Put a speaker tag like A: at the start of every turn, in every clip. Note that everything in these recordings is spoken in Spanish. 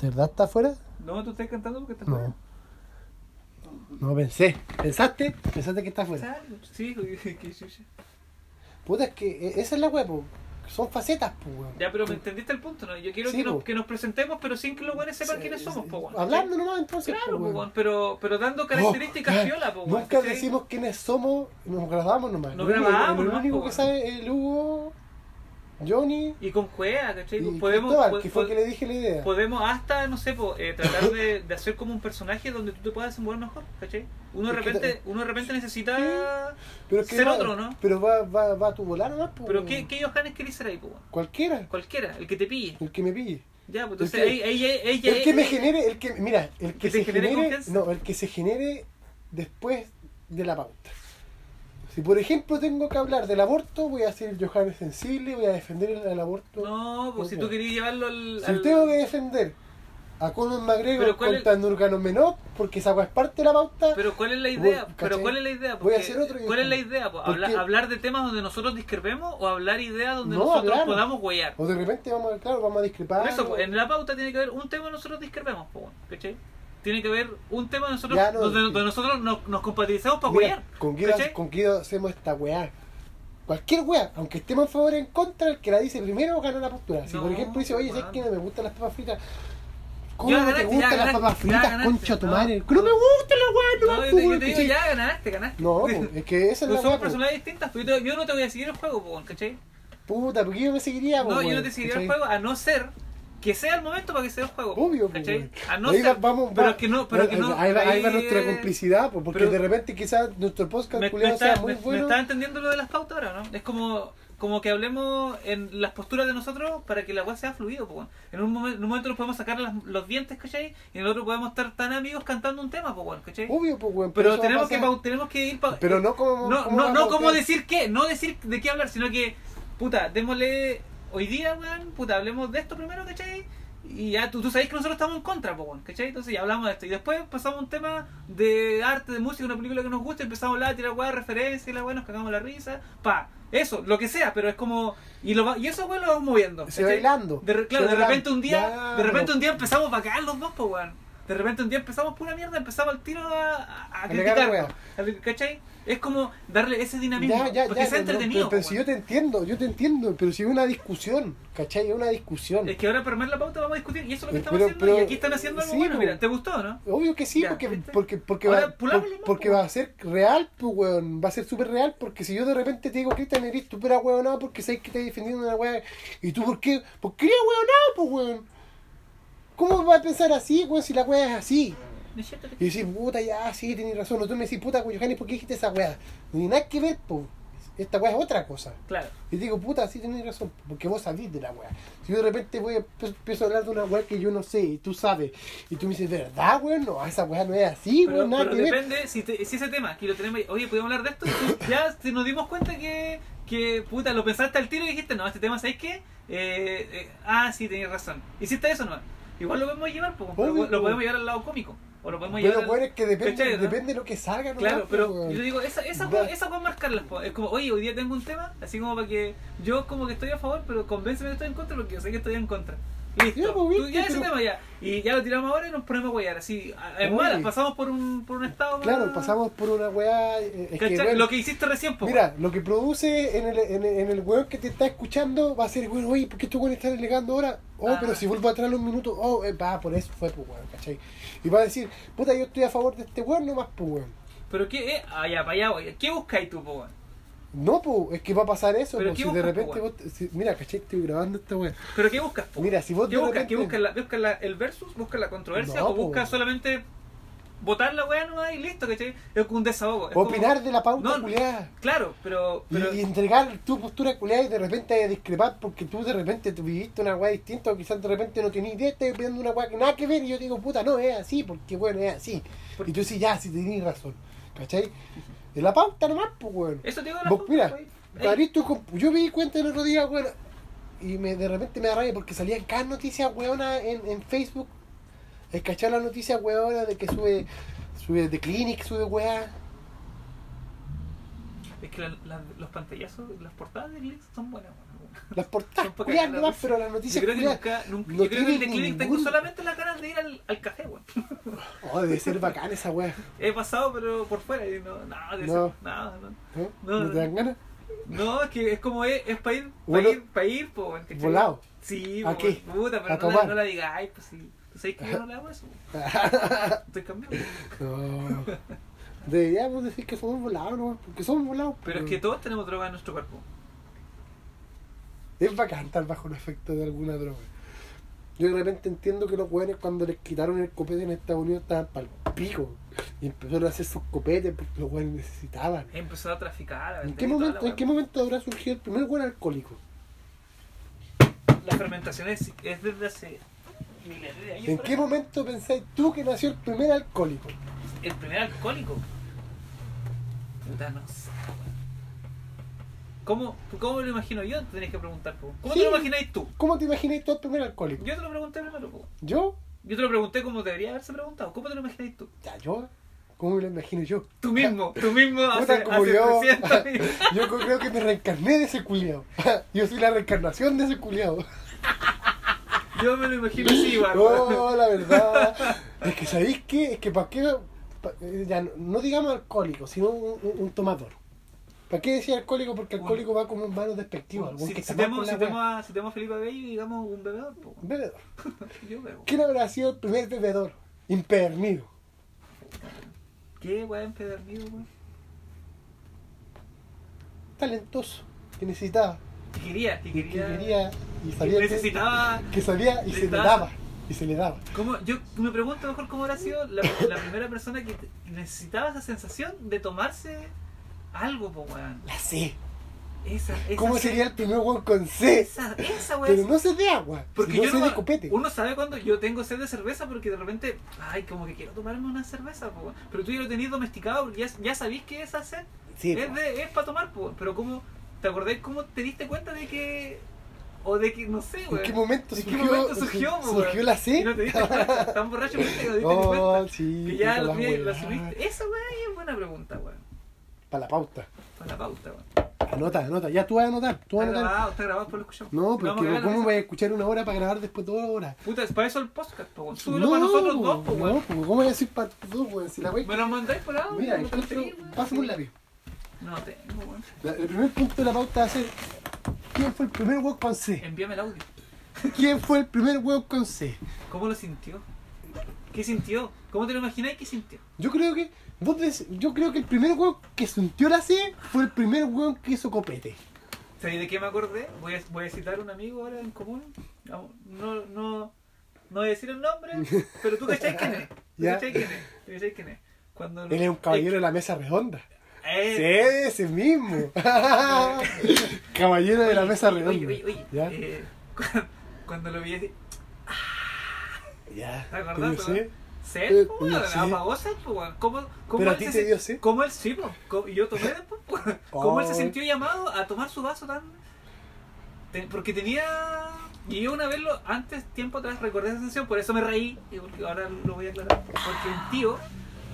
A: ¿De verdad está afuera?
B: No, tú estás cantando porque estás
A: No.
B: fuera.
A: No pensé. ¿Pensaste? Pensaste que está afuera.
B: Sal, pues. Sí, que chucha.
A: Puta, es que eh, esa es la weá, po. Son facetas, po, weón.
B: Ya, pero me entendiste el punto, ¿no? Yo quiero
A: Sí, pues.
B: que, nos,
A: po.
B: que nos presentemos, pero sin que los buenos sepan quiénes somos, po, weón.
A: Hablando nomás entonces.
B: Claro,
A: po,
B: po,
A: weón.
B: weón, pero, pero dando características
A: Oh,
B: piola, po, weón,
A: Nunca
B: ¿cachai?
A: decimos quiénes somos, nos grabamos nomás.
B: Nos
A: El único-
B: grabamos
A: El
B: nomás,
A: único
B: po,
A: que
B: weón.
A: sabe es el Hugo, Johnny
B: Y con cuea, ¿cachai?
A: y
B: podemos,
A: Cristóbal,
B: po-
A: que fue
B: po-
A: el que le dije la idea.
B: podemos hasta, no sé, po, eh, tratar de, de hacer como un personaje donde tú te puedas desenvolver mejor, ¿cachai? Uno de
A: Es que
B: repente, uno de repente necesita...
A: Pero es que
B: ser
A: va-
B: otro, ¿no?
A: Pero va, va, va a tu volar nomás, po,
B: Pero
A: weón.
B: ¿qué, qué Johannes querés ser ahí, po, weón?
A: Cualquiera,
B: Cualquiera, el que te pille.
A: el que me pille.
B: Ya, pues entonces
A: El que-
B: ahí, ahí, ahí, ahí-
A: el que me genere, el que, mira, el que,
B: eh, ¿Que te
A: se
B: genere
A: genere,
B: confianza?
A: no, el que se genere después de la pauta. Si por ejemplo tengo que hablar del aborto, voy a ser el Johannes sensible, voy a defender el, el aborto.
B: No, pues si tú querías llevarlo al...
A: Si
B: al-
A: tengo que defender a Conor McGregor
B: Pero ¿cuál es-
A: contra Nurgano Menor, porque esa weá es parte de la pauta,
B: Pero ¿cuál es la idea?
A: Voy-
B: Pero
A: ¿cachai?
B: ¿cuál es la idea?
A: Voy a
B: Porque-
A: hacer otro
B: ¿Cuál es la
A: video.
B: idea? po?
A: Porque-
B: ¿Habla- ¿Hablar, de temas donde nosotros discrepemos o hablar ideas donde
A: No,
B: nosotros
A: hablar.
B: podamos huear?
A: o de repente vamos a, claro, vamos a discrepar.
B: Por eso, po,
A: o-
B: en la pauta tiene que haber un tema donde nosotros discrepemos, po, weón, ¿cachai? Tiene que haber un tema donde nosotros,
A: Ya, no,
B: donde,
A: sí.
B: donde nosotros nos, nos compatibilizamos para
A: Mira,
B: huear.
A: con Guido,
B: ¿cachai?
A: con Guido hacemos esta weá. Cualquier weá, aunque estemos a favor o en contra, el que la dice primero gana la postura. Si
B: No,
A: por ejemplo dice, oye,
B: weón.
A: ¿sabes que no me gustan las papas fritas? ¿Cómo
B: Ya
A: no te
B: ganaste,
A: gustan
B: ya
A: las
B: ganaste,
A: papas
B: ya
A: fritas,
B: ganaste,
A: concha tu
B: no.
A: madre? ¡Que no me gustan las
B: No,
A: weá! No,
B: yo te,
A: me
B: yo te digo,
A: gustan
B: ya ganaste, ganaste.
A: No, po, es que esa es la
B: Pero
A: weá.
B: somos
A: po.
B: personalidades distintas, pues yo, te- yo no te voy a seguir el juego, po, weón, ¿cachai?
A: Puta, ¿por qué yo me seguiría? po,
B: No, yo no
A: pues, weón?
B: te seguiría
A: ¿Cachai?
B: el juego a no ser que sea el momento para que sea el juego.
A: Obvio, pues,
B: ¿cachai?
A: weón.
B: A no
A: Ahí va-
B: ser.
A: vamos,
B: pero
A: va-
B: que no, pero
A: ahí-
B: que no.
A: Ahí va, ahí va
B: ahí,
A: nuestra
B: eh,
A: complicidad, pues, porque
B: pero-
A: de repente quizás nuestro podcast
B: Me, me
A: culiado
B: está,
A: sea muy
B: me- me
A: bueno.
B: está entendiendo lo de las pautas ahora, ¿no? Es como, como que hablemos en las posturas de nosotros para que la weá sea fluido, pues, weón. en, un momen- en un momento nos podemos sacar las- los dientes, ¿cachai? Y en el otro podemos estar tan amigos cantando un tema, pues, weón, ¿cachai?
A: Obvio, pues, weón.
B: pero
A: eso va a
B: tenemos que,
A: pasar.
B: pau- tenemos que ir pa-
A: Pero no como.
B: no,
A: como
B: no,
A: va a
B: no como
A: pautar.
B: decir qué, no decir de qué hablar, sino que, puta, démosle hoy día, weón, puta, hablemos de esto primero, ¿cachai? Y ya tú, tú sabes que nosotros estamos en contra, po, weón, ¿cachai? Entonces ya hablamos de esto. Y después pasamos a un tema de arte, de música, una película que nos gusta, y empezamos a hablar, a tirar weá de referencia, y la weá, nos cagamos la risa, pa. Eso, lo que sea, pero es como. Y, lo, va- y eso, weón, lo vamos moviendo.
A: Se
B: ¿cachai?
A: bailando.
B: De re- claro,
A: Se
B: de repente
A: bailando.
B: un día, de
A: Claro.
B: repente un día empezamos bacán los dos, po, weón. De repente un día empezamos pura mierda, empezamos al tiro a, a, a
A: negar
B: criticarnos.
A: weá.
B: ¿Cachai? Es como darle ese dinamismo.
A: Ya, ya,
B: porque
A: ya,
B: sea
A: pero no,
B: entretenido.
A: Pero, pero si yo te entiendo, yo te entiendo, pero si es una discusión, ¿cachai? Es una discusión.
B: Es que ahora para armar la pauta vamos a discutir. Y eso es lo que
A: Eh,
B: estamos
A: pero-
B: haciendo.
A: pero-
B: y aquí están haciendo algo
A: sí,
B: bueno.
A: po.
B: Mira, ¿te gustó no?
A: Obvio que sí,
B: Ya,
A: porque,
B: ¿viste?
A: porque, porque,
B: Ahora,
A: va,
B: pulámoslo
A: por-
B: más,
A: porque
B: po.
A: va a ser real, pues, weón. Va a ser súper real, porque si yo de repente te digo, Cristian, eres tú, pero weón, porque sabes que estás defendiendo una weá. ¿Y tú por qué? ¿Por qué weón, pues, weón? ¿Cómo vas a pensar así, weón, si la weá es así?
B: No es cierto que-
A: Y decís, puta, ya, sí, tenés razón. O tú me decís, puta, weón, Johannes, ¿por qué dijiste esa weá? Ni nada que ver, pues. Esta weá es otra cosa.
B: Claro.
A: Y digo, puta, sí tenés razón, porque vos sabés de la weá. Si yo de repente voy a, empiezo a hablar de una weá que yo no sé, y tú sabes, y tú me dices, ¿verdad, weón? No, esa weá no es así,
B: Pero,
A: weón, nada
B: pero
A: que ver.
B: depende si, te- si ese tema, aquí lo tenemos, oye, ¿podemos hablar de esto? Y tú ya si nos dimos cuenta que, que, puta, lo pensaste al tiro y dijiste, no, este tema, ¿sabes qué? Eh, eh, ah, sí, tenías razón. Hiciste eso, ¿no? Igual lo podemos llevar, po, pero
A: Obvio,
B: lo
A: po.
B: podemos llevar al lado cómico. O lo podemos
A: Pero
B: llevar al-
A: weón, es que depende,
B: ¿Cachai, no?
A: depende de lo que salga, nomás,
B: Claro,
A: pues,
B: pero
A: weón.
B: yo digo, esa, esa,
A: Ya.
B: puedo- esa puedo marcarlas. po. Es como, oye, hoy día tengo un tema, así como para que yo como que estoy a favor, pero convénceme que estoy en contra porque yo sé que estoy en contra. Listo.
A: Ya, pues,
B: Tú ya
A: viste,
B: ese
A: pero-
B: tema ya. Y ya lo tiramos ahora y nos ponemos a guayar. Así, a- en
A: Oye.
B: malas, pasamos por un, por un estado.
A: Claro,
B: más-
A: pasamos por una weá. eh, Es
B: ¿Cachai?
A: que, weón,
B: Lo que hiciste recién, po,
A: Mira, lo que produce en el, en, el- en el weón que te está escuchando va a ser, weón, oye, ¿por qué estos weones están alegando ahora? Oh,
B: Ah.
A: pero si vuelvo atrás un minuto, oh, eh, va, por eso fue, pues, weón, ¿cachai? Y va a decir, puta, yo estoy a favor de este weón nomás, pues, weón.
B: Pero qué, eh, ah, ya, para allá voy. ¿Qué buscáis tú, po, weón?
A: No, pues, es que va a pasar eso.
B: Pero
A: po,
B: ¿qué
A: si de
B: buscas, po,
A: repente
B: weón?
A: vos. te- si- mira, caché, estoy grabando esta weá.
B: ¿Pero qué buscas, po?
A: Mira, si vos
B: ¿Qué
A: de
B: buscas?
A: repente-
B: ¿Qué buscas? La, ¿Buscas la- el versus? ¿Buscas la controversia?
A: No,
B: ¿O
A: po, weón.
B: buscas solamente votar la weá nomás y listo, cachai? Es como un desahogo. es como-
A: Opinar de la pauta
B: No,
A: culiada.
B: Claro, pero.
A: Y,
B: pero
A: y entregar tu postura culiada y de repente vaya a discrepar porque tú de repente te viviste una weá distinta o quizás de repente no tenías idea, estás pidiendo una weá que nada que ver. Y yo te digo, puta, no, es así, porque bueno, es así.
B: Porque-
A: Y tú sí, ya, sí tenés razón. ¿Cachai? De la pauta nomás, pues, weón.
B: Eso te digo la
A: Vos,
B: pauta,
A: mira,
B: pues. Ey,
A: abrís tu compu- yo me di cuenta el otro día, weón, y me, de repente me da rabia porque salían cada noticia, weona, en, en Facebook. Es cachar la noticia, weona, de que sube, sube de Clinic, sube weá.
B: Es que la- la- los pantallazos, las portadas de Glitz son buenas, weón.
A: Las portadas,
B: Son pa'
A: culiadas
B: cagar la
A: nomás,
B: risa.
A: pero las noticias
B: Yo creo que
A: culiadas-
B: nunca, nunca-
A: no
B: yo creo que el
A: tienen
B: declive tengo
A: ningún-
B: solamente las ganas de ir al, al café, weón.
A: Oh, debe ser bacán esa weá.
B: He pasado, pero por fuera, y no, no, de
A: No.
B: ser- no, no.
A: ¿No?
B: No,
A: ¿No te dan ganas?
B: No, es que es como es, es para ir, para
A: Bueno,
B: ir, para ir, po, weón, ¿cachai?
A: Volado.
B: Sí,
A: ¿A
B: po,
A: qué?
B: puta, pero
A: ¿A
B: no, la-
A: tomar?
B: no la digáis, pues sí. ¿Tú sabes que yo no le hago eso? Estoy cambiando.
A: No. Deberíamos decir que somos volados, ¿no? Porque somos volados.
B: Pero es que todos tenemos droga en nuestro cuerpo.
A: Es bacán estar bajo el efecto de alguna droga. Yo de repente entiendo que los weones cuando les quitaron el copete en Estados Unidos estaban pal pico. Y empezaron a hacer sus copetes porque los weones necesitaban.
B: He empezado a traficar, a
A: ¿En
B: vender
A: qué
B: y Eh, toda
A: momento,
B: la
A: en qué
B: weá.
A: momento habrá surgido el primer weón alcohólico?
B: La fermentación es, es desde hace miles de años.
A: ¿En
B: por
A: qué
B: ahí.
A: momento pensáis tú que nació el primer alcohólico?
B: El primer alcohólico. Puta, no sé, weón. ¿Cómo, ¿Cómo me lo imagino yo? Tenés que preguntar, po. ¿Cómo
A: Sí.
B: te lo imagináis tú?
A: ¿Cómo te imagináis tú el primer alcohólico?
B: Yo te lo pregunté primero, po.
A: ¿Yo?
B: Yo te lo pregunté como debería haberse preguntado. ¿Cómo te lo imagináis tú?
A: Ya, yo. ¿Cómo me lo imagino yo?
B: Tú mismo, tú mismo
A: Puta,
B: hace,
A: como
B: hace
A: yo,
B: 300 años.
A: yo co- creo que me reencarné de ese culiao. Yo soy la reencarnación de ese culiao.
B: Yo me lo imagino así, igual.
A: No, la verdad. Es que sabéis qué, es que para qué, pa- eh, ya, no, no digamos alcohólico, sino un, un- un tomador. ¿Para qué decir alcohólico? Porque alcohólico va como en manos despectivas. algún
B: si,
A: que
B: si
A: está mal
B: tenemos,
A: con la
B: si,
A: wea.
B: tenemos a, si tenemos a Felipe Bello, digamos un bebedor, po.
A: Bebedor.
B: Yo bebo.
A: ¿Quién habrá sido el primer bebedor? Impernido.
B: ¿Qué weón empedernido, weón?
A: Talentoso. Que necesitaba.
B: Que quería, que
A: Que
B: quería.
A: quería y
B: que
A: sabía. que-
B: necesitaba.
A: Que sabía y se le
B: necesitaba-
A: daba. Y se le daba.
B: ¿Cómo? Yo me pregunto mejor cómo habrá sido la, la primera persona que te- necesitaba esa sensación de tomarse algo, po, weón.
A: La C.
B: Esa, esa.
A: ¿Cómo sería el primer weón con C?
B: Esa, esa, weón.
A: Pero no sé de agua,
B: Porque
A: sino
B: yo
A: sé
B: no-
A: de copete.
B: Uno sabe cuando yo tengo sed de cerveza porque de repente, ay, como que quiero tomarme una cerveza, po. pero tú ya lo tenés domesticado, porque ya, ya sabís que esa sed
A: Sí, pues.
B: es, de- es para tomar, po. pero como, ¿te acordás cómo te diste cuenta de que, o de que, no sé,
A: ¿En
B: güey?
A: qué momento
B: ¿En qué
A: surgió,
B: momento surgió,
A: sur-
B: po,
A: surgió
B: weón?
A: la
B: Y
A: C?
B: no te diste cuenta, tan borracho que no te diste ni
A: Oh,
B: cuenta,
A: sí.
B: que ya lo, tenías- lo
A: la
B: asumiste. Esa, güey, es buena pregunta, güey,
A: Para la pauta.
B: para la pauta, güey.
A: Anota, anota. Ya tú vas a anotar. Tú vas a
B: Está
A: anotar.
B: grabado, está grabado, por lo escuchamos.
A: No,
B: Vamos a
A: porque
B: cagar la
A: ¿cómo
B: risa.
A: vas a escuchar una hora para grabar después dos horas?
B: Puta, es para eso el podcast, po, güey.
A: No,
B: Súbelo para nosotros dos, po,
A: no,
B: güey.
A: porque ¿cómo voy a decir para dos, weón? Si la wey.
B: Me lo mandáis por ahora.
A: Mira,
B: me lo
A: encuentro.
B: transferís, güey.
A: Pásame un lápiz.
B: No tengo, weón.
A: La- el primer punto de la pauta va a ser. ¿Quién fue el primer weón con C?
B: Envíame el audio.
A: ¿Quién fue el primer weón con C?
B: ¿Cómo lo sintió? ¿Qué sintió? ¿Cómo te lo imagináis que sintió?
A: Yo creo que. vos des- yo creo que el primer weón que sintió la C fue el primer weón que hizo copete.
B: ¿Sabéis de qué me acordé? Voy a, voy a citar a un amigo ahora en común. No, no, no, no voy a decir el nombre, pero tú cacháis quién es. ¿Tú
A: Ya.
B: cacháis quién es? ¿Tú cacháis quién es? Cuando,
A: Él es un caballero de la mesa redonda.
B: Eh,
A: Sí, ese mismo. Caballero de la mesa redonda.
B: Oye, oye, oye.
A: ¿Ya?
B: eh, cu- cuando lo vi así,
A: ya.
B: ¿Te acordás,
A: Yo sé.
B: weón?
A: Eh,
B: ¿Sed? po,
A: oye,
B: weón?
A: sí.
B: ¿Apagó sed? po, weón? ¿Cómo, cómo
A: Pero a
B: él
A: ti
B: se
A: te
B: sin-
A: dio sed.
B: ¿Cómo él sí, po? Co- Y yo tomé después, po. ¿Cómo él se
A: Oh.
B: sintió llamado a tomar su vaso tan...? Ten- Porque tenía... Y yo una vez, lo, antes, tiempo atrás, recordé esa sensación, por eso me reí, y porque ahora lo voy a aclarar. Porque un tío...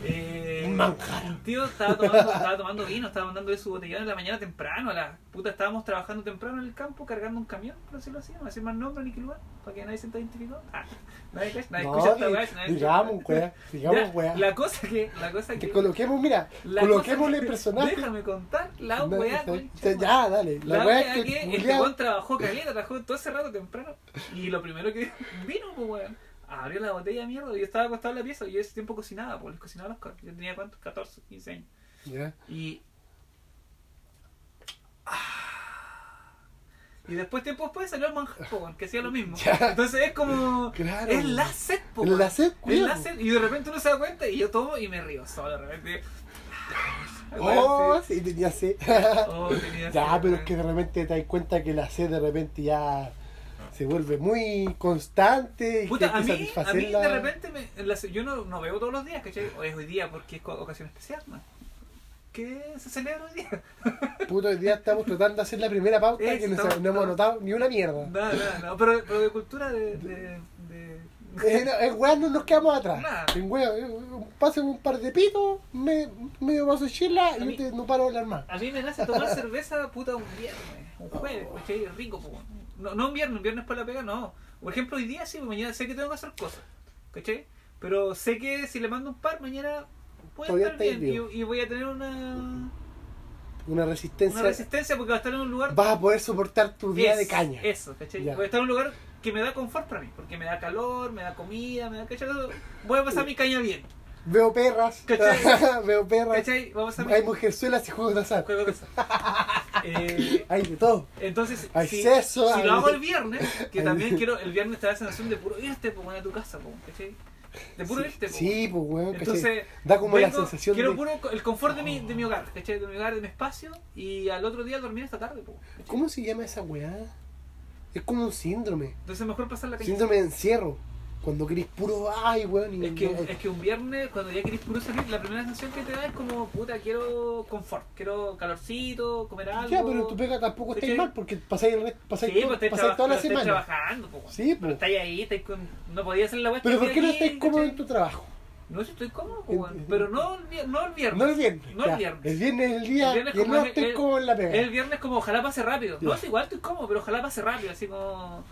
B: eh,
A: Un manjar.
B: un tío estaba tomando, estaba tomando vino, estaba mandándole su botellón en la mañana temprano, a la puta, estábamos trabajando temprano en el campo, cargando un camión, por decirlo así, no voy a decir más nombre ni qué lugar, para que nadie se identificó. Ah, nadie, cacha- nadie
A: No,
B: escucha esta
A: di-
B: weá, nadie escucha
A: digamos,
B: esta weá.
A: weá. Digamos,
B: Ya,
A: weá.
B: La cosa que. La cosa que.
A: Que coloquemos, mira,
B: la
A: coloquémosle
B: cosa que-
A: personaje.
B: Déjame contar la
A: No,
B: weá,
A: está-
B: concha,
A: está-
B: weá.
A: ya, dale. La,
B: La
A: weá
B: weá
A: es
B: que
A: que
B: este
A: Julián-
B: weón trabajó caleta, trabajó todo ese rato temprano. Y lo primero que vino, pues weón. Abrió la botella de mierda. Yo estaba acostado en la pieza. Yo ese tiempo cocinaba, pues les cocinaba los coros. Yo tenía cuántos, 14, 15 años.
A: Ya.
B: Y. Ah. Y después, tiempo después, salió el manjar, po, weón, que hacía lo mismo.
A: Ya.
B: Entonces es como.
A: Claro.
B: Es la set, po,
A: El
B: weón.
A: láser,
B: El
A: culiao. pues.
B: láser, y de repente uno se da cuenta y yo tomo y me río solo de repente. Ah,
A: Oh, sí, tenía sed.
B: Oh, tenía
A: Ya,
B: sed,
A: pero
B: weón.
A: es que de repente te das cuenta que la sed de repente ya se vuelve muy constante y
B: Puta,
A: que
B: a
A: hay que
B: mí, a mí
A: satisfacerla.
B: de repente, me- en la- yo no, no veo todos los días, ¿cachai? O es hoy día porque es co- ocasión especial, man. ¿Qué se celebra hoy día?
A: Puto, hoy día estamos tratando de hacer la primera pauta
B: Eso,
A: que no,
B: estamos-
A: Oh. no hemos anotado ni una mierda.
B: No, no, no, pero, pero de cultura de, de, de...
A: En, en weas Eh, no nos quedamos atrás.
B: Nada.
A: En weas, eh, un- pasen un par de pitos, me, medio vaso de chela
B: A
A: y
B: mí-
A: yo te- no paro de hablar más.
B: A mí me nace tomar cerveza puta un viernes, un jueves, ¿cachai? Es Rico, po. No, no un viernes, un viernes para la pega, no. Por ejemplo, hoy día sí, pues, mañana sé que tengo que hacer cosas, ¿cachai? Pero sé que si le mando un par, mañana puede
A: Todavía
B: estar
A: estáis
B: bien y, y voy a tener una,
A: Una
B: una
A: resistencia.
B: resistencia porque va a estar en un lugar.
A: Vas a poder soportar tu día
B: Es-
A: de caña.
B: Eso, ¿cachai?
A: Ya.
B: Voy a estar en un lugar que me da confort para mí, porque me da calor, me da comida, me da, ¿cachai? Voy a pasar mi caña bien,
A: Veo perras.
B: ¿Cachai?
A: Veo perras.
B: ¿cachai? Voy a pasar mi
A: Hay mujerzuelas y juegos de azar.
B: juego de azar. Eh,
A: Hay de todo.
B: Entonces,
A: Hay
B: si,
A: sexo,
B: si
A: hay-
B: lo hago el viernes, que
A: hay-
B: también quiero, el viernes te da sensación de puro irte, pues, bueno, a tu casa, pues, ¿cachai? De puro irte, pues.
A: Sí, pues weón, ¿cachai?
B: Entonces,
A: Da como la
B: vengo,
A: sensación
B: quiero
A: de.
B: puro co- el confort de mi, de mi hogar, ¿cachai? De mi hogar, de mi espacio, y al otro día dormir hasta tarde, pues. ¿cachai?
A: ¿Cómo se llama esa weá? Es como un síndrome.
B: Entonces, mejor pasar la calle.
A: Síndrome de encierro. Cuando querés puro ay, weón. y
B: Es que,
A: no-
B: es que un viernes, cuando ya querés puro salir, la primera sensación que te da es como, puta, quiero confort, quiero calorcito, comer algo.
A: Ya, pero en tu pega tampoco estáis
B: ¿Cachai?
A: mal porque pasáis, el resto- pasáis,
B: Sí,
A: todo-
B: pues estáis
A: pasáis
B: traba-
A: toda la
B: pero estáis
A: semana.
B: trabajando, pues.
A: Sí,
B: Pero
A: pues.
B: estáis ahí, estáis con... no podías hacer la web
A: Pero ¿por qué no estáis cómodo en
B: cómodos?
A: tu trabajo?
B: No, si estoy cómodo, pues,
A: En-
B: weón. Pero no, el vier- no el viernes.
A: No el viernes.
B: No el
A: ya.
B: viernes.
A: El viernes es el día
B: El viernes
A: que
B: como
A: no
B: es-
A: estés
B: el-
A: cómodo en la pega.
B: El viernes como ojalá pase rápido. No,
A: Ya.
B: si igual estoy cómodo, pero ojalá pase rápido. Así como...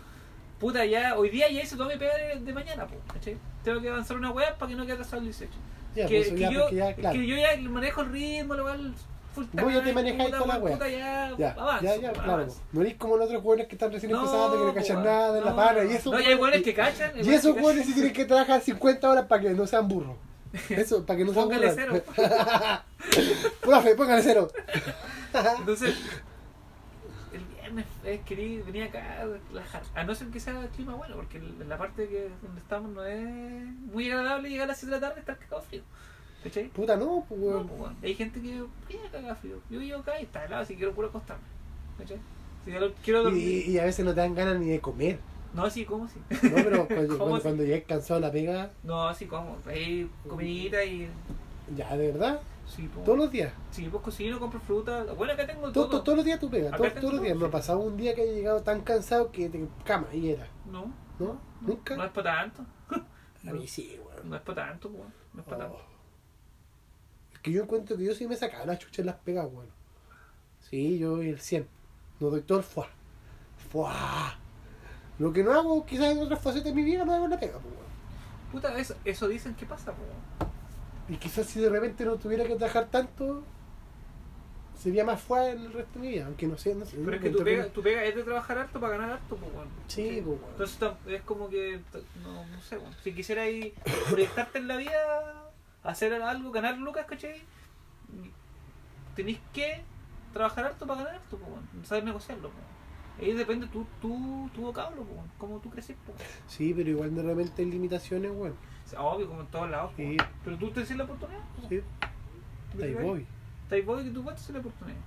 B: Puta, ya... Hoy día ya hice toda mi pega de, de mañana, po, ¿cachai? Tengo que avanzar una web para que no quede atrasado el 18.
A: Ya,
B: que,
A: pues,
B: que
A: ya,
B: yo,
A: porque ya, claro.
B: que yo ya manejo el ritmo, lo cual... Full
A: Vos ya te
B: time,
A: manejáis
B: puta,
A: toda la
B: weón,
A: wea.
B: Puta, ya...
A: Ya,
B: avanzo,
A: ya, ya,
B: po,
A: claro.
B: avanzo.
A: No eres como los otros jóvenes que están recién empezando, que no
B: po,
A: cachan
B: weón.
A: nada de la
B: No,
A: pana.
B: no,
A: Y eso,
B: No, ya hay weones que cachan. hay
A: Y
B: weones que
A: esos
B: cachan.
A: jóvenes sí tienen que trabajar 50 horas para que no sean burros. Eso, para que no sean
B: Póngale
A: burros.
B: cero.
A: Profe, póngale cero.
B: Entonces, el viernes es que vi- venía acá a relajar. A no ser que sea clima bueno, porque en la parte que donde estamos no es muy agradable llegar a las 7 de la tarde y estar cagado frío. ¿Cachai?
A: Puta, no, pues,
B: No,
A: weón.
B: pues, bueno. Hay gente que viene cagado frío. Yo llego acá y está helado, así que quiero puro acostarme. ¿Cachai? Si yo lo- quiero
A: Y,
B: dormir.
A: y a veces no te dan ganas ni de comer.
B: No, sí, ¿cómo sí?
A: No, pero cuando,
B: ¿Cómo
A: cuando,
B: así?
A: cuando llegues cansado de la pega,
B: No, sí, como. Hay comidita y.
A: ya, de verdad,
B: Sí, pues.
A: todos los días.
B: Sí, pues cocino, compro fruta. Bueno, acá tengo
A: Todo,
B: todo.
A: todo- todos los días tu pega,
B: Acá
A: todos,
B: está
A: todos los
B: todo,
A: días. Me
B: sí.
A: ha pasado un día que he llegado tan cansado que te cama y era.
B: No,
A: ¿No?
B: no
A: ¿Nunca?
B: es para tanto.
A: A mí sí, weón.
B: No es para tanto, pues. No es para tanto.
A: Oh. Es que yo encuentro que yo sí me sacaba las chuchas en las pegas, weón. Sí, yo doy el 100. No doy todo el fuá. Fuá. Lo que no hago, quizás en otras facetas de mi vida, no hago la pega, pues, weón.
B: Puta, eso, eso dicen que pasa, po.
A: Y quizás si de repente no tuviera que trabajar tanto, sería más fuera en el resto de mi vida, aunque no sé, pues, no sé.
B: Pero es que tu pega, tu pega es de trabajar harto para ganar harto, po, weón.
A: Sí, po, weón.
B: Entonces tam- es como que, t- no, no sé, weón. Si quisieras proyectarte en la vida, hacer algo, ganar lucas, ¿cachai? Tenés que trabajar harto para ganar harto, po, weón. Saber negociarlo, po. Ahí depende tu, tu, tu vocablo, po, weón. Cómo tú creces, po. weón.
A: Sí, pero igual de repente hay limitaciones, weón.
B: O sea, obvio, como en todos lados, po,
A: Sí.
B: weón. Pero tú te haces la oportunidad, pues, po.
A: Sí, ahí
B: ¿cachai?
A: voy.
B: Estáis vos y que tú puedes hacer la oportunidad.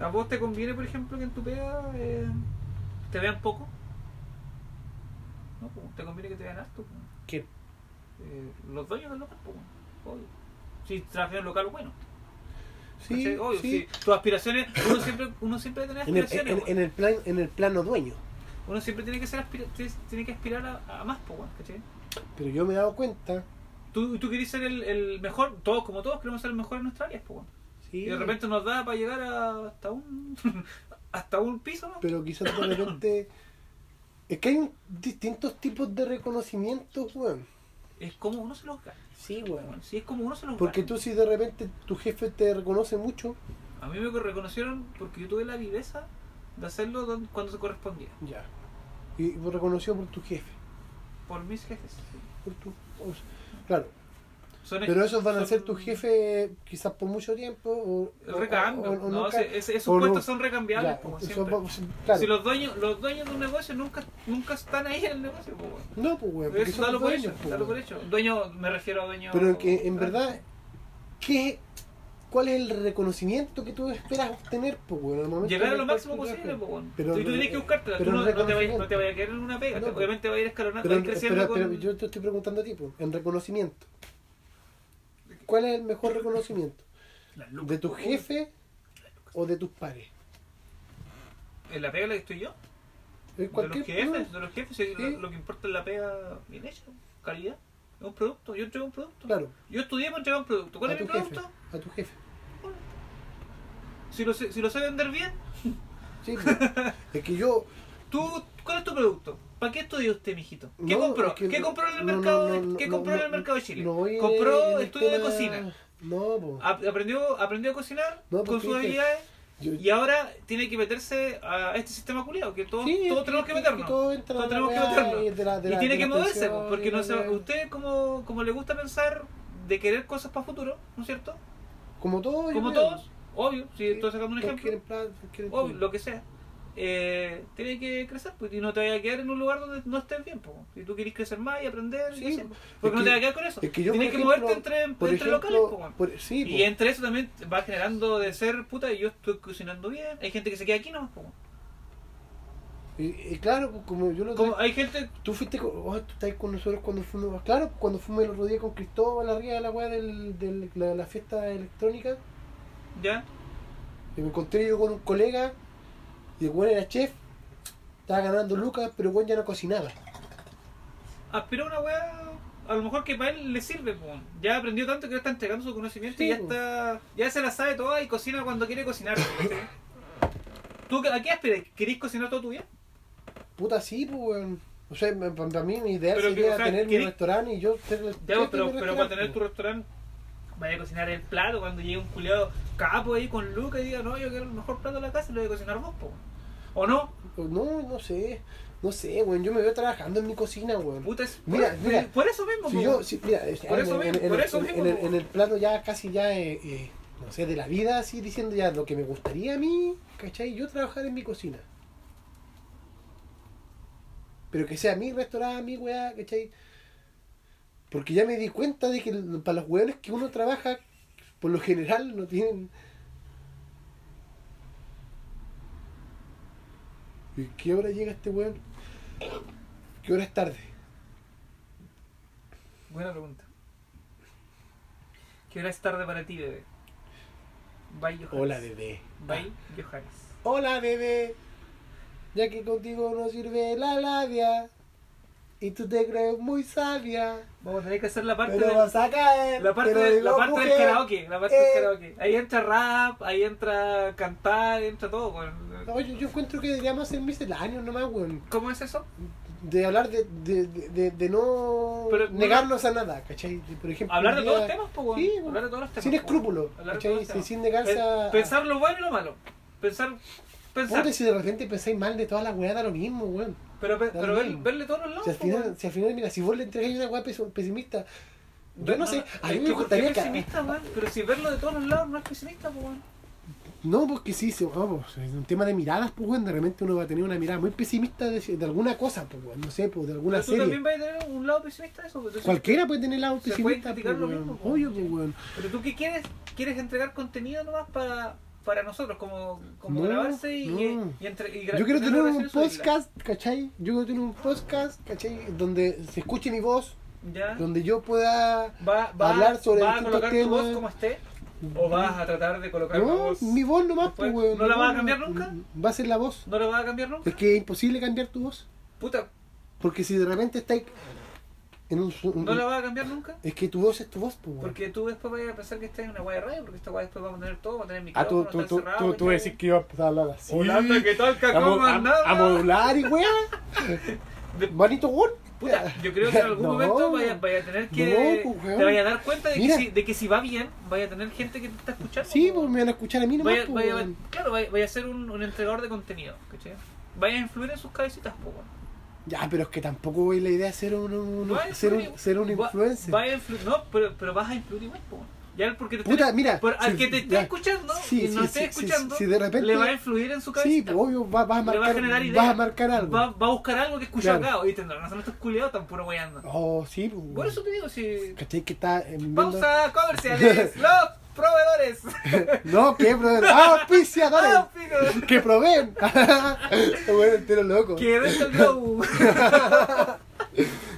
B: ¿A vos te conviene, por ejemplo, que en tu pega eh, te vean poco? No, pues, te conviene que te vean harto. pues.
A: ¿Quién?
B: Eh, los dueños del local, pues, obvio. Si trabajas en un local, bueno.
A: Sí,
B: ¿cachai? obvio.
A: sí.
B: Si tus aspiraciones, uno siempre, uno siempre tiene
A: En el,
B: aspiraciones.
A: en,
B: pues.
A: en el plan, en el plano dueño.
B: Uno siempre tiene que, ser aspira- tiene- tiene que aspirar a, a más, pues, bueno, ¿cachai?
A: Pero yo me he dado cuenta.
B: Tú, tú querés ser el, el mejor, todos como todos queremos ser el mejor en nuestra área, pues, bueno.
A: Sí,
B: Y de repente nos da para llegar a- hasta un hasta un piso, ¿no?
A: pero quizás de repente. Es que hay un- distintos tipos de reconocimientos, weón.
B: es como uno se los gana.
A: Sí,
B: weón. Sí, es como uno se los
A: Porque
B: gana.
A: tú si de repente tu jefe te reconoce mucho,
B: A mí me reconocieron porque yo tuve la viveza de hacerlo don- cuando se correspondía.
A: ya. Y reconoció por tu jefe.
B: Por mis jefes.
A: por tu- o sea, claro,
B: Son-
A: pero esos van a
B: son-
A: ser tus jefes quizás por mucho tiempo o,
B: el
A: o-
B: Recambio.
A: o- o
B: no,
A: nunca-
B: ese- ese- esos
A: o
B: puestos
A: no-
B: son recambiables,
A: ya,
B: como
A: esos
B: siempre.
A: vamos- claro.
B: Si los dueños, los dueños de un negocio nunca, nunca están ahí en el negocio, pues, weón.
A: No, pues, weón, porque
B: Eso
A: son
B: dalo por
A: dueños,
B: hecho,
A: pues,
B: dalo por
A: weón.
B: hecho. Dueño, me refiero a dueño.
A: Pero que en verdad, ¿qué, ¿cuál es el reconocimiento que tú esperas obtener? Pues, weón, al momento
B: Llegar a
A: de-
B: lo máximo posible, pues, weón.
A: Pero-
B: Y tú tienes que buscártela.
A: pero
B: Tú no,
A: el
B: no te vayas, no
A: reconocimiento.
B: te vayas a quedar en una pega.
A: No,
B: te-
A: pues.
B: obviamente vas a ir escalonando,
A: Pero,
B: vas a ir creciendo
A: espera,
B: con...
A: espera, yo te estoy preguntando a ti, pues, en reconocimiento. ¿Cuál es el mejor reconocimiento?
B: Las lucas,
A: ¿De tu
B: pues, weón.
A: jefe o de tus pares?
B: ¿En la pega en la que estoy yo?
A: De
B: De los
A: cualquier
B: jefes,
A: problema.
B: de los jefes, si lo,
A: Sí.
B: lo que importa es la pega bien hecha, calidad. Es un producto, yo entrego un producto.
A: Claro,
B: Yo estudié para entregar un producto. ¿Cuál
A: a
B: es mi
A: tu jefe.
B: producto?
A: A tu jefe.
B: Si lo, sé, si lo sé vender bien,
A: Sí, pues. es que yo.
B: ¿tú, ¿cuál es tu producto? ¿Para qué estudió usted, mijito? ¿Qué
A: no,
B: compró?
A: es que
B: ¿Qué
A: no-
B: compró en el
A: no, no,
B: mercado, de-
A: no,
B: ¿qué
A: no,
B: compró en
A: no,
B: el mercado de Chile?
A: no voy en
B: compró
A: el
B: estudio de
A: tema-
B: cocina.
A: No, pues.
B: Ap- Aprendió, aprendió a cocinar
A: No,
B: con
A: porque
B: sus
A: dije-
B: habilidades
A: Yo-
B: y ahora tiene que meterse a este sistema culiado, que todos,
A: Sí,
B: todos tenemos que meternos.
A: todos entran
B: Todos
A: a la
B: tenemos que
A: weá
B: meternos.
A: y de la- de
B: y
A: la-
B: tiene
A: de
B: que
A: las
B: moverse,
A: pensiones,
B: porque no
A: de
B: se,
A: la-
B: usted como, como le gusta pensar de querer cosas para futuro, ¿no es cierto?
A: Como todos. yo
B: Como
A: creo.
B: todos, obvio, si estoy sacando un
A: Todos
B: ejemplo,
A: quieren plata, todos quieren
B: obvio,
A: todo.
B: lo que sea, eh, tiene que crecer, pues, y no te vayas a quedar en un lugar donde no estés bien, pues. si tú quieres crecer más y aprender, y
A: Sí,
B: crecer,
A: es
B: porque no
A: que-
B: te vayas a quedar con eso,
A: es que yo,
B: tienes
A: por
B: que
A: ejemplo,
B: moverte entre,
A: Por
B: entre
A: ejemplo,
B: locales, pues, bueno.
A: por- sí,
B: Y
A: pues.
B: entre eso también va generando de ser puta y yo estoy cocinando bien. Hay gente que se queda aquí nomás. po.
A: Y, y claro, pues, como yo lo
B: Como hay gente.
A: Tú fuiste con, oh, tú estás con nosotros cuando fuimos, claro, cuando fuimos el otro día con Cristóbal arriba de la weá del, del- la, la fiesta electrónica,
B: Ya.
A: y me encontré yo con un colega, y el weón era chef, estaba ganando lucas, pero el weón ya no cocinaba.
B: Aspiró a una weá. A lo mejor que para él le sirve. po. Ya aprendió tanto que ya está entregando su conocimiento y
A: Sí,
B: ya
A: po.
B: está. Ya se la sabe toda y cocina cuando quiere cocinar. ¿sí? ¿Tú a qué aspiras? ¿Querés cocinar todo tu vida?
A: Puta sí, pues weón. O sea, me- pa- para mí mi ideal
B: Pero que,
A: sería
B: o sea,
A: tener mi
B: ¿queréis-
A: restaurante y yo ser el
B: Ya,
A: chef de
B: pero,
A: mi
B: pero
A: restaurante,
B: para tener tu
A: pues.
B: restaurante, vaya a cocinar el plato cuando llegue un culiado capo ahí con Luca y diga, no, yo quiero el mejor plato de la casa y lo voy a cocinar vos, po. ¿O no?
A: Pues No, no sé, no sé, weón, yo me veo trabajando en mi cocina, weón.
B: Puta, es-
A: Mira,
B: por,
A: mira.
B: por eso mismo,
A: Si
B: po.
A: yo, si- mira, es-
B: Por
A: ah,
B: eso
A: en,
B: mismo,
A: en- en
B: por
A: el-
B: eso
A: en-
B: mismo,
A: en el,
B: po.
A: en el plano ya casi ya, eh, eh, no sé, de la vida, así diciendo ya lo que me gustaría a mí, ¿cachai? Yo trabajar en mi cocina. Pero que sea mi restaurante, mi weá, ¿cachai? Porque ya me di cuenta de que el- para los weones que uno trabaja, por lo general no tienen... ¿Y qué hora llega este weón? ¿Qué hora es tarde?
B: Buena pregunta. ¿Qué hora es tarde para ti, bebé? Bye, Johannes.
A: Hola, bebé.
B: Bye, Johannes.
A: Hola bebé, ya que contigo no sirve la labia y tú te crees muy sabia,
B: Vamos a tener que hacer la parte
A: pero
B: del-
A: vas a caer.
B: La parte,
A: te lo
B: de-
A: digo,
B: la parte del
A: mujer.
B: karaoke, la parte
A: Eh.
B: del karaoke. Ahí entra rap, ahí entra cantar, entra todo. weón.
A: No, yo, yo encuentro que deberíamos hacer misceláneos nomás, weón.
B: ¿Cómo es eso?
A: De hablar de, de, de, de- de no
B: Pero-
A: negarnos a nada, ¿cachai? De, por ejemplo,
B: Hablar
A: un
B: de
A: día-
B: todos los temas, po, weón.
A: Sí, weón.
B: Hablar de todos los temas.
A: Sin
B: po,
A: escrúpulos,
B: weón. Hablar de todos
A: ¿cachai?
B: los
A: Sin,
B: temas.
A: sin negarse
B: Pe-
A: a.
B: Pensar lo bueno y lo malo. Pensar. Pensar.
A: Puta, si de repente pensáis mal de todas las weas, da lo mismo, weón.
B: Pero, pe-
A: da
B: pero ver-
A: mismo.
B: verle todos los lados.
A: Si al,
B: po, weón.
A: final, si al final, mira, si vos le entregáis una weá pes- pesimista, yo no, sé, a mí
B: es que
A: me
B: ¿por qué
A: gustaría que.
B: pesimista, weón? Pero si verlo de todos los lados no es pesimista, pues, weón.
A: No, porque sí, sí, vamos, es un tema de miradas, pues, weón. De repente uno va a tener una mirada muy pesimista de, de alguna cosa, pues, weón. No sé, pues, de alguna
B: Pero tú
A: serie.
B: también vas a tener un lado pesimista de eso. pues, entonces-
A: Cualquiera puede tener lado
B: Se puede
A: pesimista, pues,
B: criticar lo
A: weón.
B: mismo, pues.
A: Obvio, pues, weón.
B: Pero tú qué quieres? ¿Quieres entregar contenido nomás para, para nosotros? Como, como
A: No,
B: grabarse y,
A: no.
B: y, entre, y gra-
A: Yo quiero tener un
B: grabaciones sobre
A: podcast, ¿cachai? Yo quiero tener un podcast, ¿cachai? Donde se escuche mi voz,
B: la- ¿Ya?
A: donde yo pueda.
B: Va, va,
A: hablar sobre
B: ¿Va a
A: distintos
B: colocar tu
A: temas.
B: voz como esté? ¿O vas a tratar de colocar una
A: No,
B: voz?
A: mi voz nomás, pues,
B: Después,
A: weón.
B: ¿no la
A: mi
B: vas a
A: voz
B: cambiar
A: no-
B: nunca?
A: Va a ser la voz.
B: ¿No la vas a cambiar nunca?
A: Es que es imposible cambiar tu voz.
B: Puta,
A: Porque si de repente estáis en un. su-
B: ¿no la vas a cambiar nunca?
A: Es que tu voz es tu voz, pues, weón.
B: Porque tú después vas a pensar que estás en una guay de radio, porque esta guay después vamos a tener todo, vamos a tener
A: Ah,
B: micrófono,
A: tú, tú,
B: está
A: tú,
B: encerrado,
A: tú, tú
B: ¿cachai?
A: decís que iba a empezar a hablar así.
B: Holanda, ¿qué tal,
A: a,
B: Cacao,
A: mo- a- a
B: Mandanda?
A: modular y weá.
B: De-
A: Bonito weón.
B: Puta, yo creo que en algún
A: No.
B: momento vaya, vaya a tener que.
A: No, pues, weón.
B: te vaya a dar cuenta de que,
A: Mira.
B: si, de que si va bien, vaya a tener gente que te está escuchando.
A: Sí, pues
B: weón.
A: me van a escuchar a mí nomás,
B: vaya,
A: pues,
B: vaya-
A: weón.
B: Claro, vaya, vaya a ser un, un entregador de contenido, ¿cachai? Vaya a influir en sus cabecitas, pues, weón.
A: Ya, pero es que tampoco es la idea ser un, un-
B: Vaya a
A: ser un,
B: influir-
A: ser un
B: va-
A: influencer.
B: Vaya a influir, no, pero, pero vas a influir igual, pues, weón. Ya porque te
A: Puta,
B: tenés-
A: mira,
B: por- al
A: si-
B: que te esté
A: ya.
B: escuchando
A: Sí,
B: y no
A: sí,
B: esté
A: sí, sí,
B: escuchando,
A: sí, de repente-
B: le va a influir en su cabecita.
A: Sí, pues obvio, va- vas a
B: Le va a
A: marcar,
B: generar ideas.
A: vas a marcar algo.
B: Va, va a buscar algo que escuchó
A: Claro.
B: acá. Oye, tendrán, no son estos culiados tan puro weyando.
A: Oh, sí, pues.
B: Por
A: weón.
B: eso te digo, si.
A: ¿Cachai que está eh, viendo-
B: Pausa comerciales, los proveedores.
A: No, que proveedores. ¡Ah, auspiciadores!
B: Ah, pico.
A: ¡Que proveen! Bueno, entero loco.
B: que vende el globo.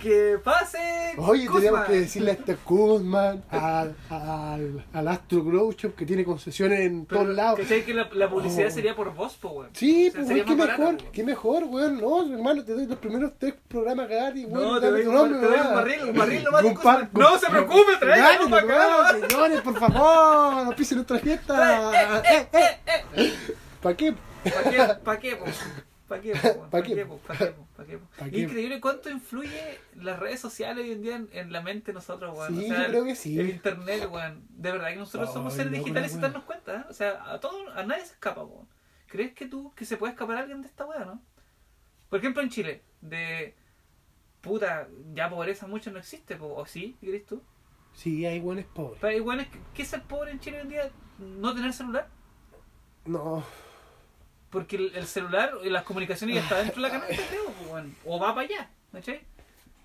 B: que pase.
A: Oye, tenemos
B: Kuzma.
A: que decirle a este Kuzman, al, al, al Astro Grow Shop que tiene concesiones en
B: Pero,
A: todos lados.
B: ¿Cachai? Que la, la publicidad
A: Oh.
B: sería por voz, po, weón.
A: Sí,
B: O sea,
A: pues,
B: sería
A: güey, qué
B: más barata,
A: mejor,
B: po, weón.
A: qué mejor, weón. No, hermano, te doy los primeros tres programas gratis, weón.
B: No, te
A: dame
B: doy
A: tu
B: un, par-
A: nombre,
B: te doy un
A: weón.
B: barril, un barril nomás de
A: Un
B: Kuzma.
A: par-
B: No se preocupe,
A: Gratis,
B: trae para acá.
A: weón, señores, por favor, no pisen nuestra fiesta. Eh, eh, ¿Para qué?
B: ¿Para qué? ¿Para qué, po? ¿Para qué, po,
A: ¿Pa'
B: weón? ¿Pa'
A: qué?
B: qué, po? ¿Pa' qué, po? ¿Pa' qué, po?
A: ¿Pa'
B: Y
A: qué?
B: Increíble cuánto influye las redes sociales hoy en día en, en la mente de nosotros, weón.
A: Sí,
B: o sea, eh.
A: yo creo que sí.
B: El internet, weón. De verdad que nosotros somos
A: Ay,
B: seres
A: no,
B: digitales
A: weón.
B: sin darnos cuenta, ¿eh? O sea, a todo, a nadie se escapa, weón. ¿Crees que tú, que se puede escapar alguien de esta weá, no? Por ejemplo, en Chile, de. Puta, ya pobreza mucho no existe, po. ¿o sí? ¿Qué crees tú?
A: Sí, hay buenos pobres.
B: Pero igual es que, ¿qué es ser pobre en Chile hoy en día? No tener celular.
A: No,
B: Porque el, el celular, eh, las comunicaciones ya está dentro de la canasta, creo, pues, weón. o va para allá, ¿cachai?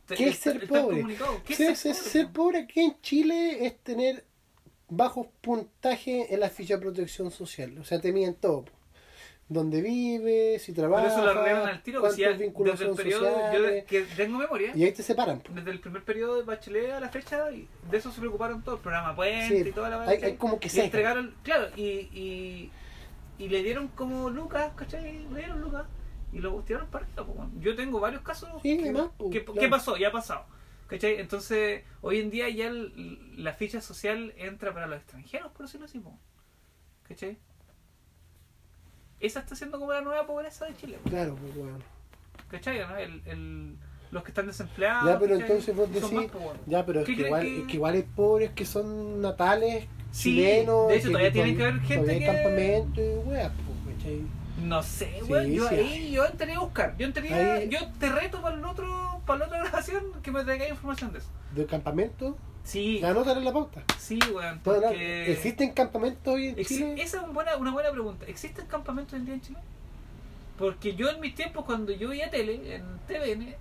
B: Te-
A: ¿Qué es
B: está-
A: ser
B: está
A: pobre?
B: comunicado. ¿Qué
A: ser,
B: es ser,
A: ser
B: pobre?
A: pobre aquí en Chile es tener bajos puntajes en la ficha de protección social. O sea, te miden todo. po. Dónde vives, si
B: Por
A: trabajas,
B: eso lo arreglan al tiro, o
A: cuántos
B: sea,
A: vínculos
B: desde el
A: son
B: periodo yo de-
A: sociales,
B: que tengo memoria,
A: Y ahí te separan. po.
B: desde el primer periodo de Bachelet a la fecha, y de eso se preocuparon todo, el programa Puente
A: Sí,
B: y toda la
A: hay,
B: ¿cachai?
A: hay como que
B: Y
A: se
B: entregaron, claro, y, y, y le dieron como Lucas, ¿cachai? Le dieron Lucas y lo tiraron para arriba. po, weón. Yo tengo varios casos.
A: Sí,
B: que,
A: además, po,
B: que-
A: claro.
B: que pasó? Ya ha pasado. ¿Cachai? Entonces, hoy en día ya el- la ficha social entra para los extranjeros, por decirlo así. po. ¿Cachai? Esa está siendo como la nueva pobreza de Chile. po,
A: Claro, pues bueno.
B: ¿Cachai? ¿no? El, el- los que están desempleados.
A: Ya, pero
B: ¿cachai?
A: entonces vos
B: Son
A: decís-
B: más, pues, po, weón.
A: Ya, pero es
B: ¿Qué
A: que,
B: crees
A: igual,
B: que-
A: es que igual hay pobres que son natales,
B: Sí,
A: chilenos.
B: de hecho,
A: que
B: todavía tiene
A: todavía-
B: que haber gente
A: todavía hay
B: que-
A: campamento y weas, pues, ¿cachai?
B: No sé,
A: Sí,
B: weón. yo
A: sí.
B: ahí, yo entraría a buscar. Yo entraría,
A: Ahí-
B: yo te reto para el otro, para la otra grabación que me traigáis información de eso.
A: De campamento,
B: Sí,
A: la nota en la pauta.
B: sí, weón.
A: Todo era-
B: Porque...
A: ¿Existen campamentos hoy en
B: Exi-
A: Chile?
B: Esa es una buena, una buena pregunta. ¿Existen campamentos hoy en día en Chile? Porque yo en mis tiempos, cuando yo veía tele, en TVN,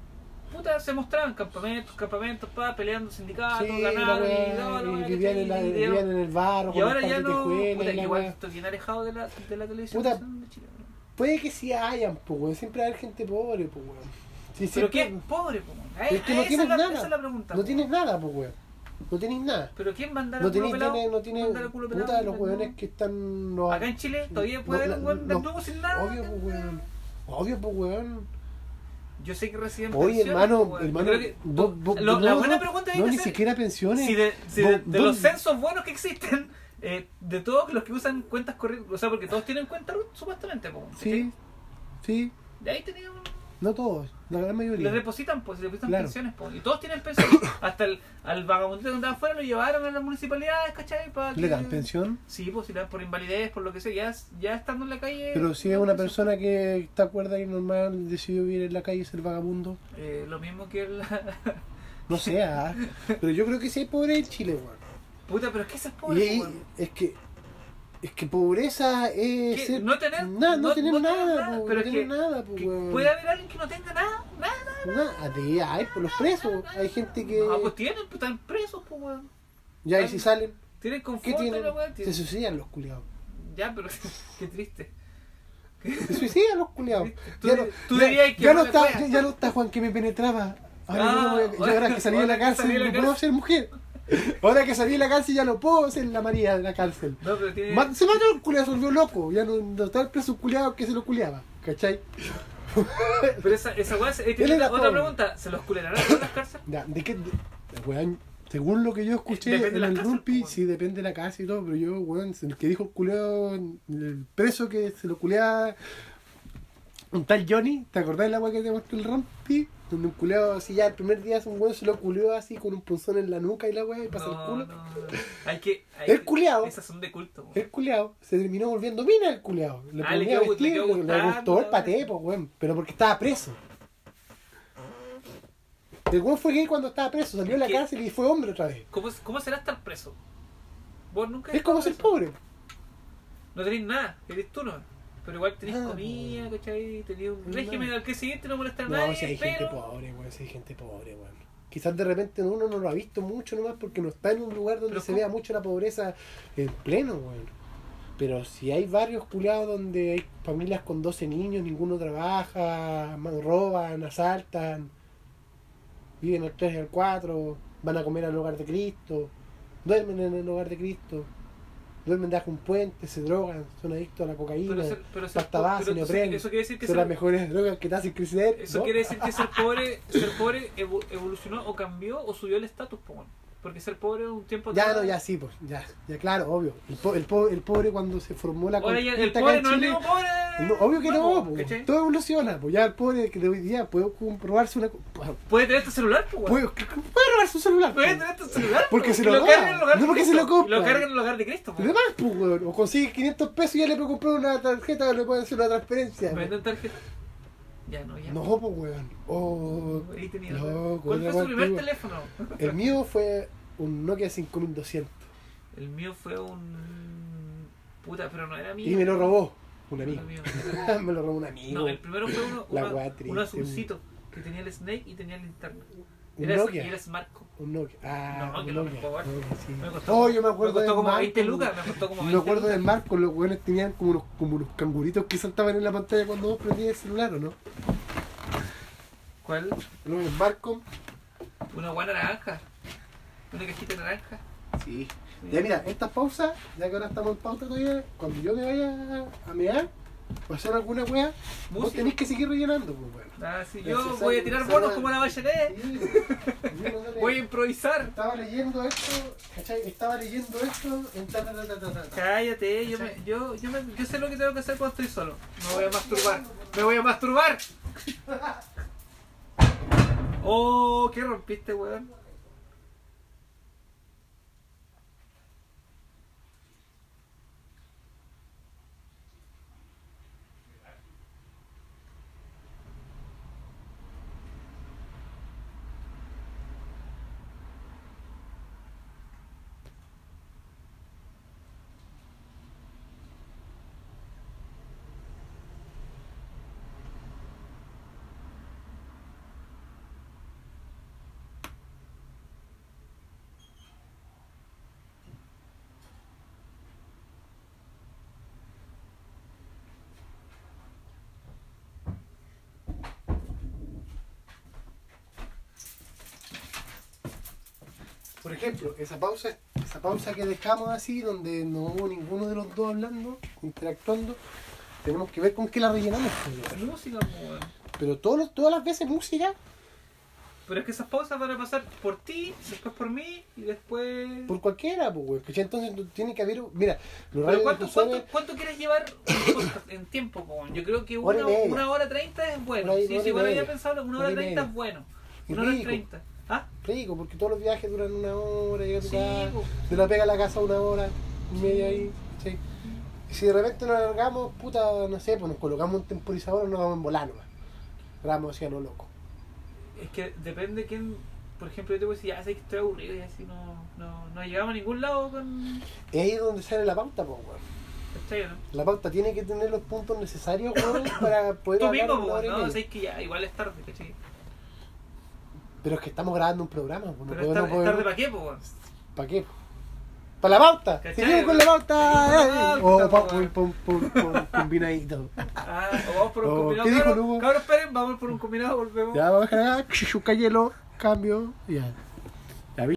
B: puta, se mostraban campamentos, campamentos, pa, peleando sindicatos,
A: Sí, la
B: ganaron
A: weá,
B: y no,
A: y
B: no, no,
A: vivían, en la-
B: y dieron-
A: vivían en el barro,
B: Y
A: con
B: ahora
A: los
B: ya
A: padres
B: no.
A: de escuela
B: Puta,
A: y la
B: igual
A: weá.
B: estoy bien alejado de la, de la televisión
A: Puta,
B: nacional de Chile. weón.
A: Puede que sí hayan, pues, weón. Siempre hay gente pobre, pues, weón. Sí,
B: Pero
A: siempre-
B: qué es pobre, po, weón.
A: Es que no
B: Esa es
A: tienes
B: la-
A: nada.
B: Esa es la pregunta.
A: No
B: po,
A: tienes nada, pues, weón. No tenés nada.
B: ¿Pero quién va a andar a
A: No
B: culo
A: tenés,
B: pelado?
A: tiene- no tiene,
B: Mandar a culo pelado,
A: puta, los
B: mandar-
A: weones que están. No,
B: Acá en Chile todavía
A: No,
B: puede haber un
A: la-
B: weón
A: no.
B: desnudo sin nada.
A: Obvio, pues, weón. Obvio, pues, weón.
B: Yo sé que reciben
A: Oye,
B: pensiones,
A: hermano,
B: pues, weón. Yo
A: hermano.
B: creo que-
A: vos- vos-
B: lo- la
A: no,
B: buena
A: no,
B: pregunta es
A: No,
B: que
A: ni
B: hacer-
A: siquiera pensiones.
B: si de, si de,
A: vos-
B: de
A: vos-
B: los censos buenos que existen, eh, de todos los que usan cuentas corrientes, o sea, porque todos tienen cuenta root, supuestamente, po,
A: Sí,
B: ¿cachai?
A: sí.
B: De ahí tenían...
A: No todos, la gran mayoría.
B: Les depositan, pues, les depositan
A: Claro.
B: pensiones, po, y todos tienen pensiones. Hasta el, al vagabundo que andaba afuera lo llevaron a las municipalidades, ¿cachai? Para
A: ¿Le dan pensión?
B: Sí, pues si la- por invalidez, por lo que sea, ya, ya estando en la calle.
A: Pero si es una persona que está cuerda y normal decidió vivir en la calle y ser vagabundo,
B: Eh, lo mismo que el.
A: no sea. pero yo creo que sí hay pobre en Chile, weón.
B: Puta, pero es que esa es
A: Y
B: pobre,
A: ahí-
B: weón.
A: es que es que pobreza es
B: ¿Qué?
A: ser-
B: No tener-
A: na- no,
B: no-
A: tener
B: no tener
A: nada,
B: nada,
A: po,
B: pero
A: no
B: es
A: tener
B: que-
A: nada, po,
B: Que
A: weón.
B: puede haber alguien que no tenga nada, nada.
A: Nada, de- hay por los presos, hay gente que
B: Ah, pues tienen, pues están presos, pues weón.
A: ya y si salen,
B: Tienen
A: ¿qué
B: confort,
A: tienen?
B: la weón.
A: Se suicidan los culiados.
B: Ya, pero qué triste.
A: Se suicidan los culiados.
B: Tú-
A: ya no,
B: tú
A: ya-
B: dirías que
A: ya no
B: no la
A: está,
B: cueva.
A: ya, ya no está Juan que me penetraba. Ahora,
B: Ah,
A: yo no voy a- yo ahora que salí de la
B: ahora que
A: cárcel,
B: salí de la
A: no puedo
B: cárcel.
A: ser mujer. Ahora que salí de la cárcel ya no puedo ser la María de la cárcel.
B: No, pero tienen.
A: Ma- Se mató el culiado, se volvió loco. Ya no, no estaba el preso culiado que se lo culiaba. ¿Cachai?
B: Pero esa, esa weón. eh,
A: Él
B: tiene
A: era
B: otra
A: pobre.
B: pregunta. ¿Se los culerarán en las cárceles?
A: Ya, ¿de qué? de- weón, según lo que yo escuché
B: Eh, Depende de
A: en
B: la pues,
A: el
B: cárcel,
A: Rumpi,
B: po,
A: sí depende de la casa y todo, pero yo, weón, el que dijo el culiado, el preso que se lo culeaba un tal Johnny, ¿te acordás del agua que te mostró el Rumpi? Donde un culeado así ya el primer día un weón se lo culeó así con un punzón en la nuca y la weá y pasa el
B: No,
A: culo.
B: no, no. Hay que. hay
A: El
B: que-
A: culiao.
B: Esas son de culto, weón.
A: El culeado se terminó volviendo mina el culeado. Le,
B: Ah, le
A: ponía
B: quedó- le
A: vestir,
B: quedó
A: le, le
B: gustando,
A: gustó el
B: la
A: paté,
B: weá.
A: pues weón, pero porque estaba preso. El weón fue gay cuando estaba preso, salió de la
B: ¿Qué?
A: cárcel y fue hombre otra vez.
B: ¿Cómo, ¿Cómo será estar preso? Vos nunca
A: Es como ser
B: pobre
A: pobre.
B: No tenéis nada, eres tú no. Pero igual tenés
A: Ah,
B: comida, ¿cachai? Tenés un
A: No.
B: régimen al que siguiente no molestar a
A: No,
B: nadie.
A: si hay gente
B: pero...
A: pobre, weón, si hay gente pobre, weón. Quizás de repente uno no lo ha visto mucho nomás porque no está en un lugar donde
B: Pero
A: se
B: ¿cómo?
A: vea mucho la pobreza en pleno, weón. Pero si hay barrios culados donde hay familias con 12 niños, ninguno trabaja, man- roban, asaltan. viven al 3 y al 4, van a comer al hogar de Cristo, duermen en el hogar de Cristo, duermen bajo un puente, se drogan, son adictos a la cocaína,
B: Pero ser- pero ser
A: pasta
B: po-
A: base,
B: pero eso-
A: neopren,
B: eso quiere decir que
A: son
B: ser-
A: las mejores drogas que te hacen crecer.
B: Eso
A: ¿no?
B: quiere decir que ser pobre, ser pobre evo- evolucionó o cambió o subió el estatus, po, weón. Porque ser pobre un tiempo
A: Ya,
B: atrás-
A: no, ya sí, pues, ya, ya claro, obvio. El, po- el, po- el pobre cuando se formó la
B: Ahora ya el
A: conquista acá
B: pobre
A: en
B: no es el
A: Chile,
B: mismo pobre.
A: no, obvio que no,
B: po,
A: pues,
B: ¿cachai?
A: todo evoluciona, pues ya el pobre que de hoy día puede comprobarse una... co-
B: Puede tener tu celular, po, weón.
A: Puede, puede robar su celular.
B: Puede
A: pues.
B: tener tu celular. po,
A: Porque
B: weón.
A: se
B: Y
A: lo roba,
B: cargan en el hogar
A: no
B: de
A: porque se
B: Cristo.
A: lo compra.
B: Y lo cargan en el hogar de Cristo, po,
A: Y demás, pues, weón. O consigue 500 pesos y ya le puede comprar una tarjeta o le puede hacer una transferencia.
B: ¿Me
A: pues.
B: venden tarjeta? Ya no, ya.
A: No, pues, weón. Oh,
B: Ahí tenía otra.
A: loco,
B: ¿Cuál
A: era
B: fue su
A: más
B: primer
A: antiguo.
B: teléfono?
A: El mío fue un Nokia 5200.
B: El mío fue un. Puta, pero no era mío.
A: Y me lo robó un
B: No era
A: amigo.
B: mío.
A: me lo robó un amigo.
B: No, el primero fue uno,
A: La
B: uno-
A: weá
B: uno
A: triste,
B: azulcito que tenía el Snake y tenía linterna.
A: un
B: Era,
A: Nokia.
B: y era Smart Co.
A: Un Nokia. Ah,
B: No,
A: un
B: que lo
A: Nokia.
B: mejor.
A: Nokia, sí.
B: Me costó,
A: Oh, yo me acuerdo
B: me costó
A: del
B: como
A: marco.
B: 20 lucas, me costó como 20
A: Me acuerdo
B: lucas.
A: del marco, los weones tenían como unos, como unos canguritos que saltaban en la pantalla cuando vos prendías el celular, ¿o no?
B: ¿Cuál?
A: Los Marcom.
B: Una buena naranja. Una cajita naranja.
A: Sí. Ya mira, estas pausas, ya que ahora estamos en pauta todavía, cuando yo me vaya a mear o hacer alguna wea, vos
B: Música.
A: tenés que seguir rellenando, pues weón.
B: Ah, sí,
A: Pero
B: yo
A: se
B: voy
A: sabe-
B: a tirar
A: se
B: bonos
A: sabe-
B: como la Bachelet.
A: Sí, yo no sé,
B: Voy a improvisar.
A: Estaba leyendo esto, ¿cachai? Estaba leyendo esto en ta ta ta ta ta, ta.
B: Cállate, yo, me, yo, yo, me, yo sé lo que tengo que hacer cuando estoy solo. Me voy a masturbar. ¡Me voy a masturbar! Oh, ¿qué rompiste, weón?
A: Por ejemplo, esa pausa, esa pausa que dejamos así, donde no hubo ninguno de los dos hablando, interactuando, tenemos que ver con qué la rellenamos. pues, weón.
B: Música, weón.
A: Pero todos los- todas las veces música,
B: Pero es que esas pausas van a pasar por ti, después por mí y después.
A: por cualquiera, pues weón, ¿cachai? Entonces tú- tiene que haber, mira, los
B: Pero ¿cuánto,
A: radiodifusores-
B: cuánto, cuánto quieres llevar un podcast en tiempo, weón? Yo creo que
A: Hora y
B: una,
A: media.
B: una hora treinta es bueno.
A: Hora y-
B: sí,
A: hora
B: sí,
A: y
B: bueno,
A: media.
B: ya pensaba,
A: Hora
B: una hora
A: y
B: treinta
A: media.
B: es bueno.
A: Y
B: Una hora
A: rico.
B: treinta. ¿Ah?
A: rico, porque todos los viajes duran una hora, llega a tu
B: Sí, pues.
A: casa,
B: po.
A: de la pega a la casa una hora y media ahí, ¿cachai? Y si de repente nos alargamos, puta, no sé, pues nos colocamos un temporizador y nos vamos en volar nomás. Ramos hacia lo loco.
B: Es que depende quién. Por ejemplo, yo te voy a decir, ya sé que estoy aburrido y así no, no, no llegamos a ningún lado con.
A: Es ahí donde sale la pauta, pues, weón.
B: ¿Cachai o no?
A: La pauta tiene que tener los puntos necesarios, weón, para poder
B: Tú
A: hablar
B: mismo,
A: una hora
B: weón.
A: y
B: No,
A: media.
B: sé que ya, igual es tarde, ¿cachai?
A: Pero es que estamos grabando un programa, weón.
B: Pero es tar- es tarde para qué, po, weón.
A: ¿Para qué? ¡Para la pauta!
B: ¿Cachai?
A: ¡Seguimos con la pauta!
B: Seguimos
A: ¡Ey!
B: con la
A: Oh, pa,
B: pauta,
A: pum,
B: weón.
A: pum, pum, pum, combinadito.
B: Ah, o vamos por un
A: Oh,
B: combinado.
A: ¿qué dijo
B: cabros.
A: Lugo?
B: Cabros, esperen, vamos por un combinado, volvemos.
A: Ya, vamos a dejar acá, chuchuca hielo, cambio, ya.